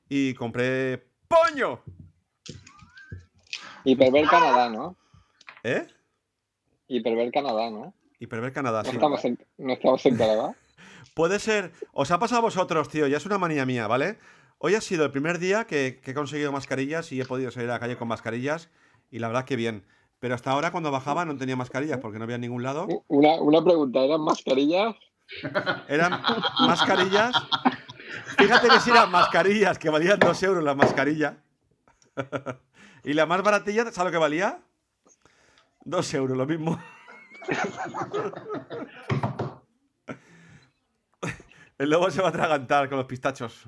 S3: Y compré. ¡Pollo!
S2: Hiperver Canadá, ¿no?
S3: ¿Eh?
S2: Hiperver Canadá, ¿no?
S3: Hiperver Canadá,
S2: No
S3: sí.
S2: estamos en, no estamos en Canadá.
S3: Puede ser. Os ha pasado a vosotros, tío. Ya es una manía mía, ¿vale? Hoy ha sido el primer día que, que he conseguido mascarillas y he podido salir a la calle con mascarillas. Y la verdad que bien. Pero hasta ahora, cuando bajaba, no tenía mascarillas porque no había en ningún lado.
S2: Una, una pregunta, ¿eran mascarillas?
S3: Eran mascarillas. Fíjate que si eran mascarillas, que valían 2 euros la mascarilla. y la más baratilla, ¿sabes lo que valía? 2 euros, lo mismo. El lobo se va a atragantar con los pistachos.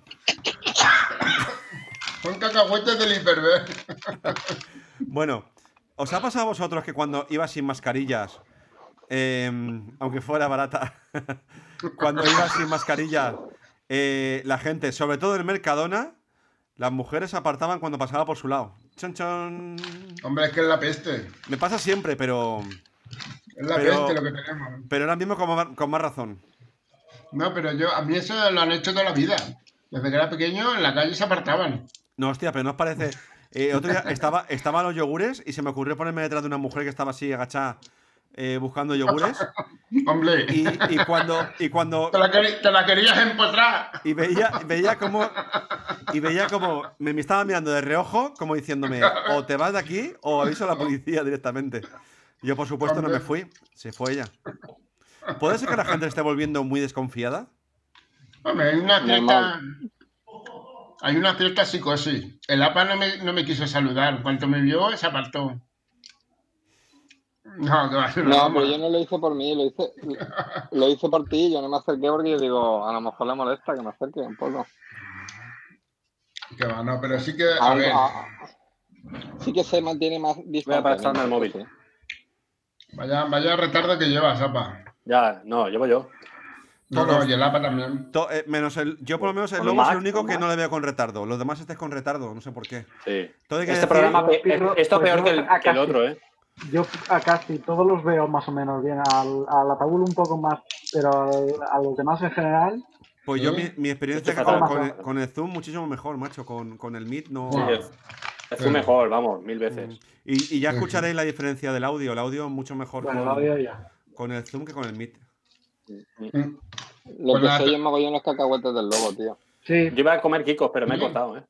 S5: Son cacahuetes del hiperver.
S3: Bueno, ¿os ha pasado a vosotros que cuando ibas sin mascarillas, eh, aunque fuera barata, cuando ibas sin mascarillas, eh, la gente, sobre todo en Mercadona, las mujeres se apartaban cuando pasaba por su lado? Chon, chon.
S5: Hombre, es que es la peste.
S3: Me pasa siempre, pero,
S5: Es la
S3: Pero-
S5: peste lo que tenemos.
S3: pero ahora mismo con, ma- con más razón.
S5: No, pero yo, a mí eso lo han hecho toda la vida. Desde que era pequeño, en la calle se apartaban.
S3: No, hostia, pero no os parece. Eh, otro día estaba, estaba en los yogures y se me ocurrió ponerme detrás de una mujer que estaba así agachada eh, buscando yogures.
S5: Hombre.
S3: Y, y cuando. Y cuando
S5: Te la, quer- te la querías empotrar.
S3: y veía, veía como. Y veía como. Me, me estaba mirando de reojo, como diciéndome, o te vas de aquí o aviso a la policía directamente. Yo, por supuesto, no me fui. Se fue ella. ¿Puede ser que la gente esté volviendo muy desconfiada?
S5: Hombre, hay una cierta.
S2: Normal.
S5: Hay una cierta psicosis. El APA no me, no me quiso saludar. En cuanto me vio, se apartó. No, que va,
S2: No, pero yo no lo hice por mí, lo hice, lo hice por ti. Yo no me acerqué porque yo digo, a lo mejor le molesta que me acerque un poco.
S5: que va, no, pero sí que. A
S2: Algo-
S5: ver,
S2: a- sí que se mantiene más
S6: Voy a
S2: distancia.
S6: pasarme el móvil. ¿eh?
S5: vaya, vaya retardo que llevas, APA.
S6: Ya, no, llevo yo.
S5: No,
S3: Todos.
S5: no, y el APA también.
S3: To- eh, menos el, yo por lo menos el
S6: Con
S3: lobo es
S6: Mac,
S3: el único
S6: con
S3: que
S6: Mac.
S3: no le veo con retardo. Los demás estés con retardo, no sé por qué.
S6: Sí.
S3: Todo hay que
S6: Este
S3: decir-
S6: programa, pe-
S9: Pirlo,
S6: esto
S9: pues
S6: peor
S9: yo
S6: que el,
S9: a
S6: que el
S9: casi.
S6: otro, ¿eh?
S9: Yo a casi todos los veo más o menos bien, al, al Ataúl un poco más, pero al- a los demás en general,
S3: Pues yo, mi,
S5: ¿Eh?
S3: mi experiencia
S6: Esto Este es
S3: con,
S9: fatal.
S3: con el, con el Zoom muchísimo mejor, macho. Con, con el Meet no. Mm.
S6: Sí,
S5: Wow.
S6: es, es un mejor, vamos, mil
S9: Mm.
S6: veces.
S3: Y, y ya
S5: Sí,
S3: escucharéis la diferencia del audio. El audio es mucho mejor
S9: bueno, lo
S3: con,
S9: veo ya.
S3: con el Zoom que con el Meet.
S2: Lo
S5: Pues
S2: que
S5: nada,
S2: se
S5: te-
S2: oye mogollón los cacahuetes del lobo, tío.
S9: Sí,
S6: Yo iba a comer Kikos, pero me
S9: Mm.
S6: he cortado, ¿eh?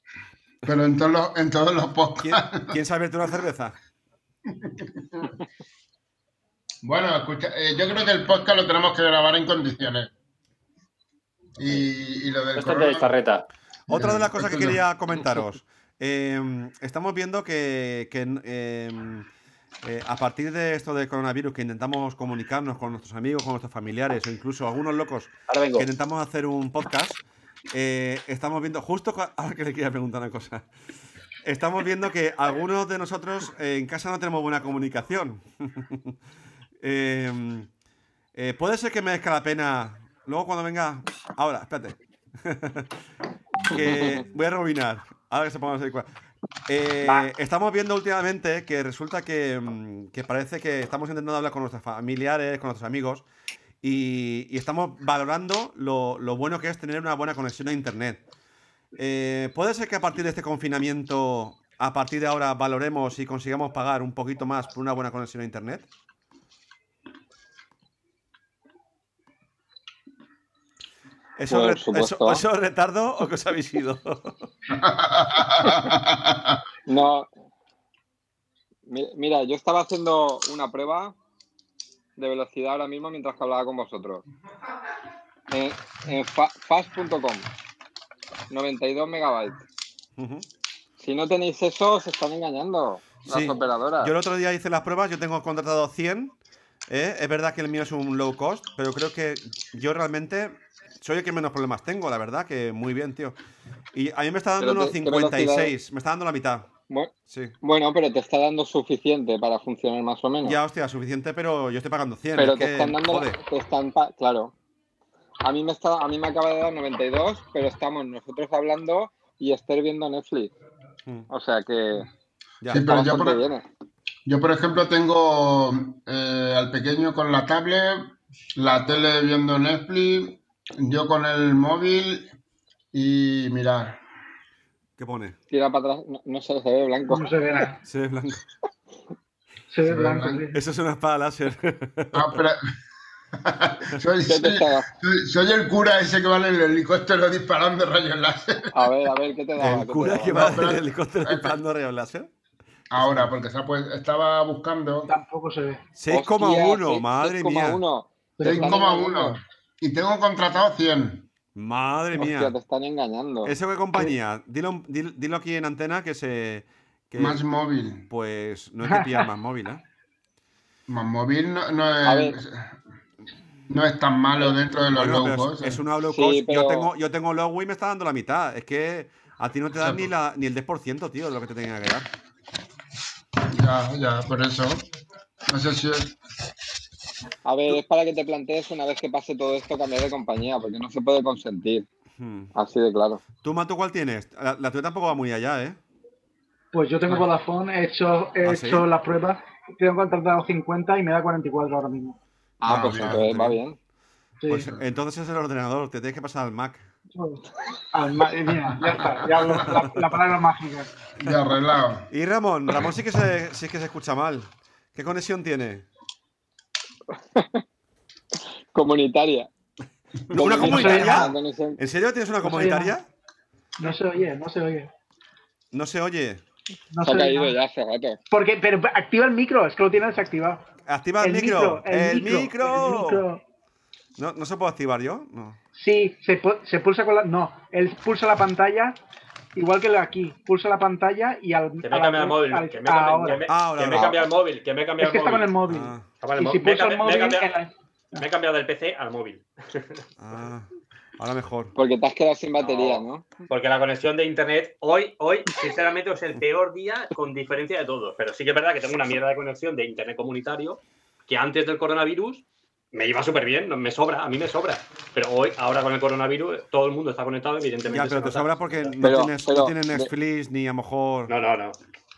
S5: Pero en todos los, en todos los podcasts.
S3: ¿Quién, ¿quién se ha abierto una cerveza?
S5: Bueno, escucha, eh, yo creo que el podcast lo tenemos que grabar en condiciones. Y, y lo del
S6: Esto es de
S5: corona-
S6: charreta.
S3: Otra de las cosas que
S5: Esto no.
S3: quería comentaros. eh, estamos viendo que, que, eh, eh, a partir de esto del coronavirus, que intentamos comunicarnos con nuestros amigos, con nuestros familiares o incluso algunos locos
S6: Ahora vengo.
S3: que intentamos hacer un podcast, eh, estamos viendo, justo cua- ahora que le quería preguntar una cosa, estamos viendo que algunos de nosotros eh, en casa no tenemos buena comunicación. Eh, eh, Puede ser que merezca la pena, luego cuando venga, ahora, espérate, que voy a rebobinar, ahora que se pongan a hacer cua- Eh, estamos viendo últimamente que resulta que, mm, que parece que estamos intentando hablar con nuestros familiares, con nuestros amigos, y, y estamos valorando lo, lo bueno que es tener una buena conexión a internet. Eh, ¿Puede ser que a partir de este confinamiento, a partir de ahora, valoremos y consigamos pagar un poquito más por una buena conexión a internet? ¿Eso,
S2: Pues, Por
S3: re- eso-
S2: supuesto.
S3: eso es retardo o que os habéis ido?
S2: No. Mi- Mira, yo estaba haciendo una prueba de velocidad ahora mismo mientras que hablaba con vosotros. En, en fa- fast.com. 92 megabytes.
S3: Ujú.
S2: Si no tenéis eso, se están engañando las
S3: Sí.
S2: operadoras.
S3: Yo el otro día hice las pruebas, yo tengo contratado 100. ¿eh? Es verdad que el mío es un low cost, pero creo que yo realmente soy el que menos problemas tengo, la verdad, que muy bien, tío. Y a mí me está dando
S2: Pero
S3: unos
S2: qué- qué velocidad-
S3: 56, me está dando la mitad.
S2: Bu-
S3: Sí.
S2: Bueno, pero te está dando suficiente para funcionar más o menos.
S3: Ya, hostia, suficiente, pero yo estoy pagando 100.
S2: pero
S3: es
S2: te
S3: que,
S2: están dando,
S3: joder.
S2: te están pa- claro. A mí me está, a mí me acaba de dar 92, pero estamos nosotros hablando y Esther viendo Netflix.
S3: Mm,
S2: O sea que
S3: ya.
S5: Sí, pero
S2: está
S5: yo
S2: bastante
S5: por,
S2: bien. ¿eh?
S5: Yo, por ejemplo, tengo eh, al pequeño con la tablet, la tele viendo Netflix, yo con el móvil y mirar.
S3: ¿Qué pone?
S2: Tira para atrás, no, no se se ve blanco.
S9: no se ve nada.
S3: Se ve blanco.
S9: Se ve
S5: Se ve
S9: blanco.
S5: blanco.
S9: sí.
S3: Eso es una espada láser.
S5: Ah, pero... soy,
S2: ¿Qué te
S5: soy-
S2: estaba?
S5: soy el cura ese que va en el helicóptero disparando rayos láser.
S2: A ver, a ver, ¿qué te daba?
S3: el cura
S2: ¿Qué te
S3: que
S2: daba?
S3: va
S5: No, pero-
S3: del helicóptero disparando rayos láser.
S5: Ahora, porque se ha puesto- estaba buscando
S9: Tampoco se ve.
S2: Hostia,
S3: 6,1, madre mía.
S2: 6,1 Te están
S5: 6,1
S2: engañando.
S5: y tengo contratado 100.
S3: Madre mía.
S2: Hostia, te están engañando.
S3: ¿Eso qué
S2: Eh,
S3: compañía? Dilo, dil- dilo aquí en antena que se. que-
S5: Más móvil.
S3: pues no hay que pillar más móvil, ¿eh?
S5: Más móvil no, no
S2: A ver.
S5: es, no es tan malo dentro de los
S3: Eh, Bueno,
S5: low
S3: pero es-
S5: cost. eh.
S3: es una low
S2: Sí,
S3: cost. Yo
S2: pero-
S3: tengo, yo tengo low y me está dando la mitad. Es que a ti no te dan
S5: Exacto.
S3: ni, la, ni el 10%, tío, de lo que te tenía que dar.
S5: Ya, ya, por eso. No sé si es-
S2: A ver, es para que te plantees una vez que pase todo esto cambiar de compañía, porque no se puede consentir.
S3: Hmm.
S2: Así de claro.
S3: ¿Tú, Matu, cuál tienes? La, la tuya tampoco va muy allá, ¿eh?
S9: Pues yo tengo Vodafone, he hecho, he
S3: ¿Ah,
S9: hecho
S3: sí?
S9: las pruebas, tengo contratado 50 y me da 44 ahora mismo.
S2: Ah,
S5: Ah,
S2: pues
S5: bien,
S2: entonces va bien.
S9: Sí.
S3: Pues entonces es el ordenador, te tienes que pasar al Mac.
S9: Al ma- eh, mira, ya está, ya la, la- la palabra mágica.
S5: Ya arreglado.
S3: Y Ramón, Ramón sí que se, sí que se escucha mal. ¿Qué conexión tiene?
S2: Comunitaria.
S3: ¿Una comunitaria?
S2: Pues No sé.
S3: ¿En serio tienes una
S9: No sé
S3: comunitaria?
S9: No se oye, no se oye.
S3: No se oye.
S9: No
S2: Se
S9: se
S2: ha
S9: oye
S2: caído
S9: nada.
S2: ya hace rato.
S9: Porque, pero activa el micro, es que lo tiene desactivado.
S3: Activa el, micro. El micro.
S9: el micro.
S3: No, no se puede activar yo. No.
S9: Sí, se, pu- se pulsa con la. No, él pulsa la pantalla, igual que lo de aquí. Pulsa la pantalla y al.
S11: Que me
S9: al-
S11: he cambiado el móvil.
S9: al-
S11: Que me he cambiado-
S9: ahora.
S11: que me-
S3: Ahora,
S11: que me he
S3: ahora.
S11: cambiado el móvil. Que me he
S9: Es
S11: cambiado
S9: que
S11: el
S9: está con el
S11: móvil.
S9: móvil.
S3: Ah,
S11: Ah, vale,
S9: y
S11: mo-
S9: si
S11: me he
S9: pulsa
S11: cambi-
S9: el
S11: me he
S9: móvil.
S11: cambiado-
S9: en la-
S11: me he cambiado del PC al móvil.
S3: ah, ahora mejor.
S2: Porque te has quedado sin batería, ¿no?
S11: Porque la conexión de internet hoy, hoy, sinceramente, es el peor día con diferencia de todos. Pero sí que es verdad que tengo una mierda de conexión de internet comunitario que antes del coronavirus me iba súper bien, no- me sobra, a mí me sobra. Pero hoy, ahora con el coronavirus, todo el mundo está conectado, evidentemente.
S3: Ya,
S11: se
S3: pero te
S11: nota.
S3: sobra porque no,
S2: Pero-
S3: tienes, no
S2: pero-
S3: tienes Netflix ni a lo mejor.
S11: No, no, no.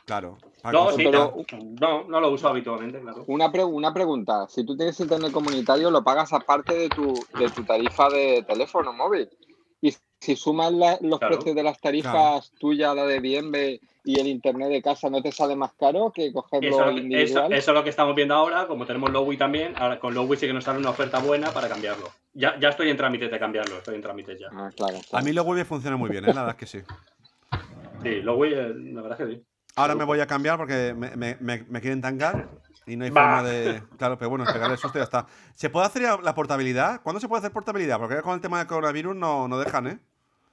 S3: Claro. Para
S11: No, sí,
S3: consultar.
S2: pero-
S11: no, no lo uso habitualmente, claro.
S2: Una, pre- una pregunta. Si tú tienes internet comunitario, lo pagas aparte de tu, de tu tarifa de teléfono móvil. Y si sumas la- los
S11: Claro.
S2: precios de las tarifas
S3: Claro.
S2: tuya, la de Bienve y el internet de casa, ¿no te sale más caro que cogerlo
S11: Eso, es lo que- eso-
S2: individual?
S11: eso es lo que estamos viendo ahora, como tenemos Lowy también, ahora con Lowy sí que nos sale una oferta buena para cambiarlo. Ya, ya estoy en trámites de cambiarlo, estoy en trámites ya.
S2: Ah, claro.
S3: A mí los web funciona muy bien, ¿eh? la verdad es que sí.
S11: Sí, Lowy, eh, la verdad es que sí.
S3: Ahora me voy a cambiar porque me, me- me- me quieren tangar y no hay
S11: Va.
S3: forma de. Claro, pero bueno, pegarle el susto y ya está. ¿Se puede hacer ya la portabilidad? ¿Cuándo se puede hacer portabilidad? Porque ahora con el tema del coronavirus no, no dejan, ¿eh?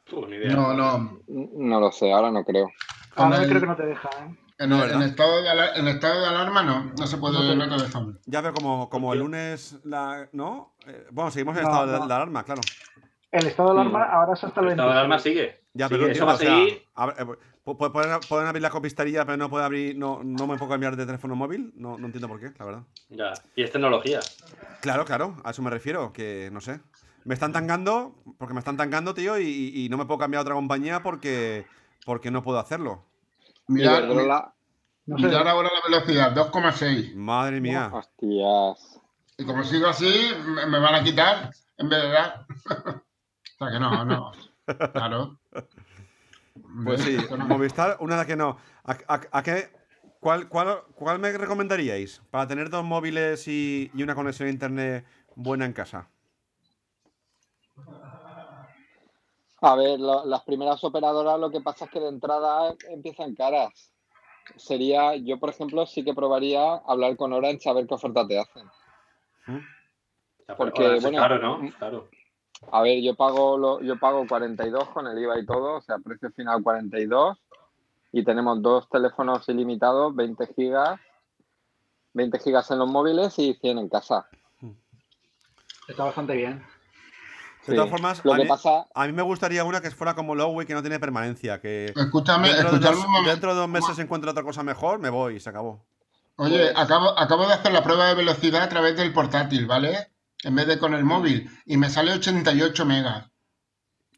S11: Tú, ni idea.
S5: No, no.
S2: No lo sé, ahora no creo.
S5: Con
S9: Ahora
S5: el-
S9: creo que no te deja, ¿eh?
S5: En,
S3: No,
S5: el-
S3: ¿verdad?
S5: en estado, de alar- en estado de alarma no, no se puede no te dejan.
S3: Ya veo como, como el
S11: qué?
S3: lunes. La, ¿No? Eh, bueno, seguimos en
S9: No,
S3: estado de-
S9: no.
S3: de alarma, claro.
S9: El estado de alarma
S11: Mm.
S9: ahora es hasta el
S11: El
S9: 20.
S11: estado de alarma sigue.
S3: Ya,
S11: Sigue, eso
S3: pero no entiendo,
S11: va a
S3: o sea,
S11: seguir.
S3: a ver, eh, pu- pu- pueden, pueden abrir la copistería, pero no pueden abrir. No, no me puedo cambiar de teléfono móvil. No, no entiendo por qué, la verdad.
S11: Ya, y es tecnología.
S3: Claro, claro, a eso me refiero, que no sé. Me están tangando, porque me están tangando, tío, y, y no me puedo cambiar a otra compañía porque, porque no puedo hacerlo.
S5: Mirad,
S2: Iberdrola-
S9: No sé.
S5: mirad ahora la velocidad, 2,6.
S3: Madre mía.
S2: Hostias.
S5: Y como sigo así, me, me van a quitar en vez de dar. o sea que no, no. Claro.
S3: Pues sí,
S5: Esto no-
S3: Movistar, una de que no. ¿A, a- a qué, cuál, cuál, cuál me recomendaríais para tener dos móviles y, y una conexión a internet buena en casa?
S2: A ver, lo- las primeras operadoras lo que pasa es que de entrada empiezan caras. Sería, yo por ejemplo, sí que probaría hablar con Orange a ver qué oferta te hacen.
S11: Ya, pero
S2: Porque,
S11: ahora sí,
S2: bueno,
S11: claro, ¿no? Claro.
S2: A ver, yo pago lo, yo pago 42 con el IVA y todo, o sea, precio final 42 y tenemos dos teléfonos ilimitados, 20 gigas, 20 gigas en los móviles y 100 en casa.
S9: Está bastante bien.
S3: De
S2: Sí.
S3: todas formas,
S2: lo
S3: a
S2: que
S3: mí-
S2: pasa,
S3: A mí me gustaría una que fuera como Lowey, que no tiene permanencia, que
S5: Escúchame,
S3: dentro de,
S5: escuchadme
S3: dos,
S5: un momento.
S3: dentro de dos meses se encuentra otra cosa mejor, me voy y se acabó.
S5: Oye, acabo, acabo de hacer la prueba de velocidad a través del portátil, ¿vale? En vez de con el móvil. Y me sale 88 megas.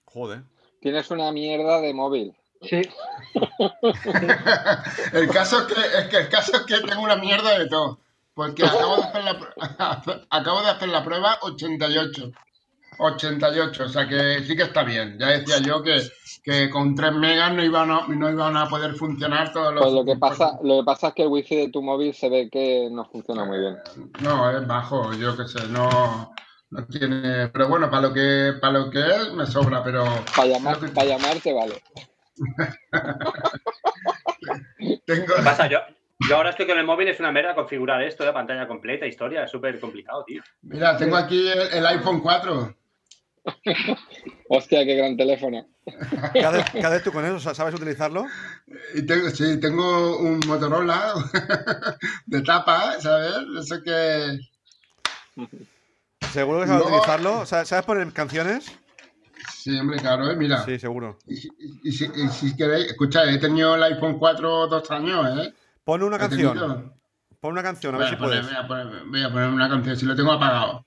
S3: Joder.
S2: tienes una mierda de móvil.
S9: Sí,
S5: El caso es que, es que el caso es que tengo una mierda de todo. Porque acabo de hacer la, pr- acabo de hacer la prueba 88. 88, o sea que sí que está bien. Ya decía yo que, que con 3 megas no iban a, no iban a poder funcionar todos los.
S2: Pues lo que pasa, lo que pasa es que el wifi de tu móvil se ve que no funciona muy bien.
S5: No, es bajo, yo qué sé, no, no tiene. Pero bueno, para lo que para lo que es, me sobra, pero.
S2: Para llamar, para llamarte vale.
S5: Tengo,
S11: ¿Qué pasa? Yo, yo ahora estoy con el móvil, es una mierda configurar esto de pantalla completa, historia, es súper complicado, tío.
S5: mira, tengo aquí el, el iPhone 4.
S2: Hostia, qué gran teléfono.
S3: ¿Cada vez, cada vez tú con eso sabes utilizarlo?
S5: Y tengo, sí, tengo un Motorola de tapa, ¿sabes? Eso que.
S3: ¿Seguro que sabes
S5: No.
S3: utilizarlo? ¿Sa- ¿Sabes poner canciones?
S5: Sí, hombre, claro, ¿eh? mira.
S3: Sí, seguro.
S5: Y, si- y si, y si queréis, escuchad, he tenido el iPhone 4 dos años, ¿eh?
S3: Pon una
S5: He tenido.
S3: canción. Pon una canción, a
S5: Voy
S3: ver si
S5: a poner-
S3: puedes.
S5: voy a poner- voy a poner una canción, si lo tengo apagado.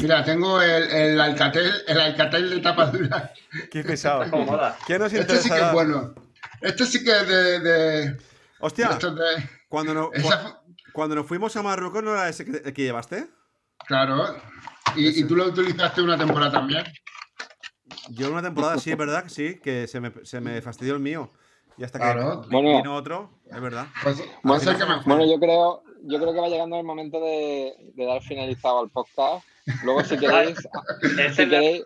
S5: Mira, tengo el, el Alcatel, el Alcatel de tapa dura.
S3: Qué pesado.
S11: ¿Cómo mola?
S3: ¿Qué nos
S5: Este sí que
S3: interesa?
S5: es bueno. Este sí que es de. de,
S3: Hostia,
S5: estos de-
S3: cuando, no-
S5: esa
S3: cua- cuando nos fuimos a Marruecos, ¿no era ese que, el que llevaste?
S5: Claro. ¿Y, y tú lo utilizaste una temporada también?
S3: Yo en una temporada sí, es verdad que sí, que se me, se me fastidió el mío. Y hasta que
S5: Claro. Pues,
S2: Bueno.
S3: vino otro, es verdad.
S2: Bueno,
S3: Así que-
S2: bueno, yo creo, yo creo que va llegando el momento de, de dar finalizado al podcast. Luego, si queréis,
S11: Ah,
S2: si queréis,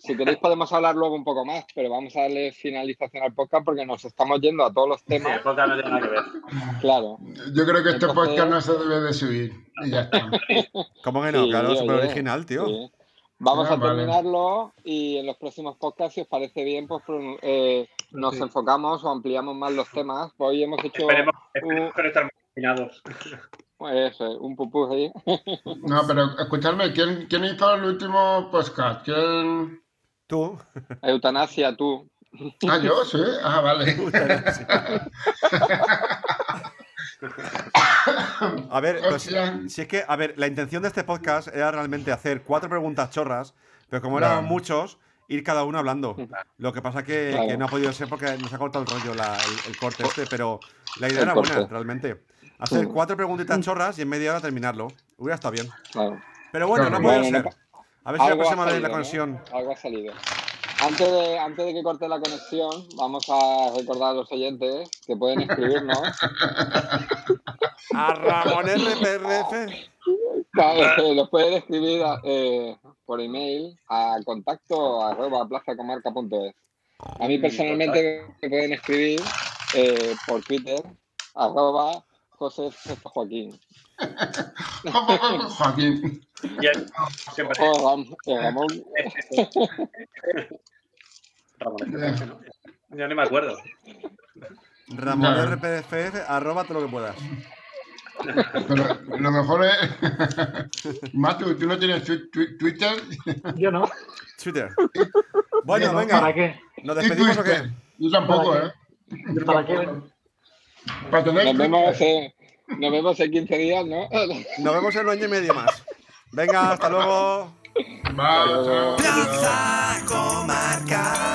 S2: si queréis, podemos hablar luego un poco más, pero vamos a darle finalización al podcast porque nos estamos yendo a todos los temas.
S11: El podcast no tiene nada que ver.
S2: Claro.
S5: Yo creo que este
S2: Entonces-
S5: podcast no se debe de subir. Y ya está.
S3: ¿Cómo que no?
S2: Sí,
S3: claro,
S2: oye,
S3: súper
S2: oye.
S3: original, tío.
S2: Sí. Vamos
S5: Ah,
S2: a
S5: vale.
S2: terminarlo y en los próximos podcasts, si os parece bien, pues pro- eh, nos
S9: Sí.
S2: enfocamos o ampliamos más los temas. Hoy hemos hecho
S11: Esperemos, esperemos que no estar combinados.
S2: eso, un pupurri.
S5: No, pero escuchadme, ¿quién, quién hizo el último podcast? ¿Quién?
S3: Tú.
S2: Eutanasia, tú.
S5: Ah, yo, sí. Ah, vale.
S3: A ver, pues,
S5: Hostia.
S3: si es que, a ver, la intención de este podcast era realmente hacer cuatro preguntas chorras, pero como eran
S5: Claro.
S3: muchos, ir cada uno hablando. Lo que pasa que,
S2: Claro. Oh.
S3: que no ha podido ser porque nos ha cortado el rollo la- el, el corte este, pero la idea
S2: El
S3: era
S2: corte.
S3: buena, realmente. Hacer cuatro preguntitas chorras y en media hora terminarlo. Hubiera estado bien.
S2: Claro.
S3: Pero bueno, no
S5: Claro.
S3: ha podido
S2: Bueno,
S3: ser.
S2: no
S3: A ver si la
S2: Algo ha
S3: próxima vez la
S2: salido, ¿no?
S3: conexión.
S2: Algo ha salido. Antes de, antes de que corte la conexión, vamos a recordar a los oyentes que pueden escribirnos.
S3: A Ramón RPRF.
S2: Claro, eh, los pueden escribir a, eh, por email a contacto arroba plazacomarca.es. A mí personalmente me pueden escribir eh, por Twitter arroba José F. Joaquín
S5: Joaquín.
S11: Y el- siempre.
S2: o Ram- eh, Ramón.
S11: Ramón. Yo no me acuerdo.
S3: Ramón
S5: Claro.
S3: RPRF, arroba todo lo que puedas.
S5: Pero lo mejor es. Matu, tú no tienes tu- tu- Twitter.
S9: Yo no.
S3: Twitter.
S5: Bueno,
S3: Bueno,
S9: ¿Para
S3: venga.
S9: qué?
S3: ¿Nos
S5: ¿Y
S3: despedimos o
S5: Twitter?
S3: qué?
S5: Yo tampoco,
S9: ¿Para
S5: ¿eh? Yo
S9: ¿Para qué?
S5: tampoco. Para tener
S2: Nos vemos,
S5: Twitter.
S2: eh, nos vemos en 15 días, ¿no?
S3: Nos vemos en un año y medio más. Venga, hasta luego.
S5: Vale, chao.
S1: Plaza Comarca.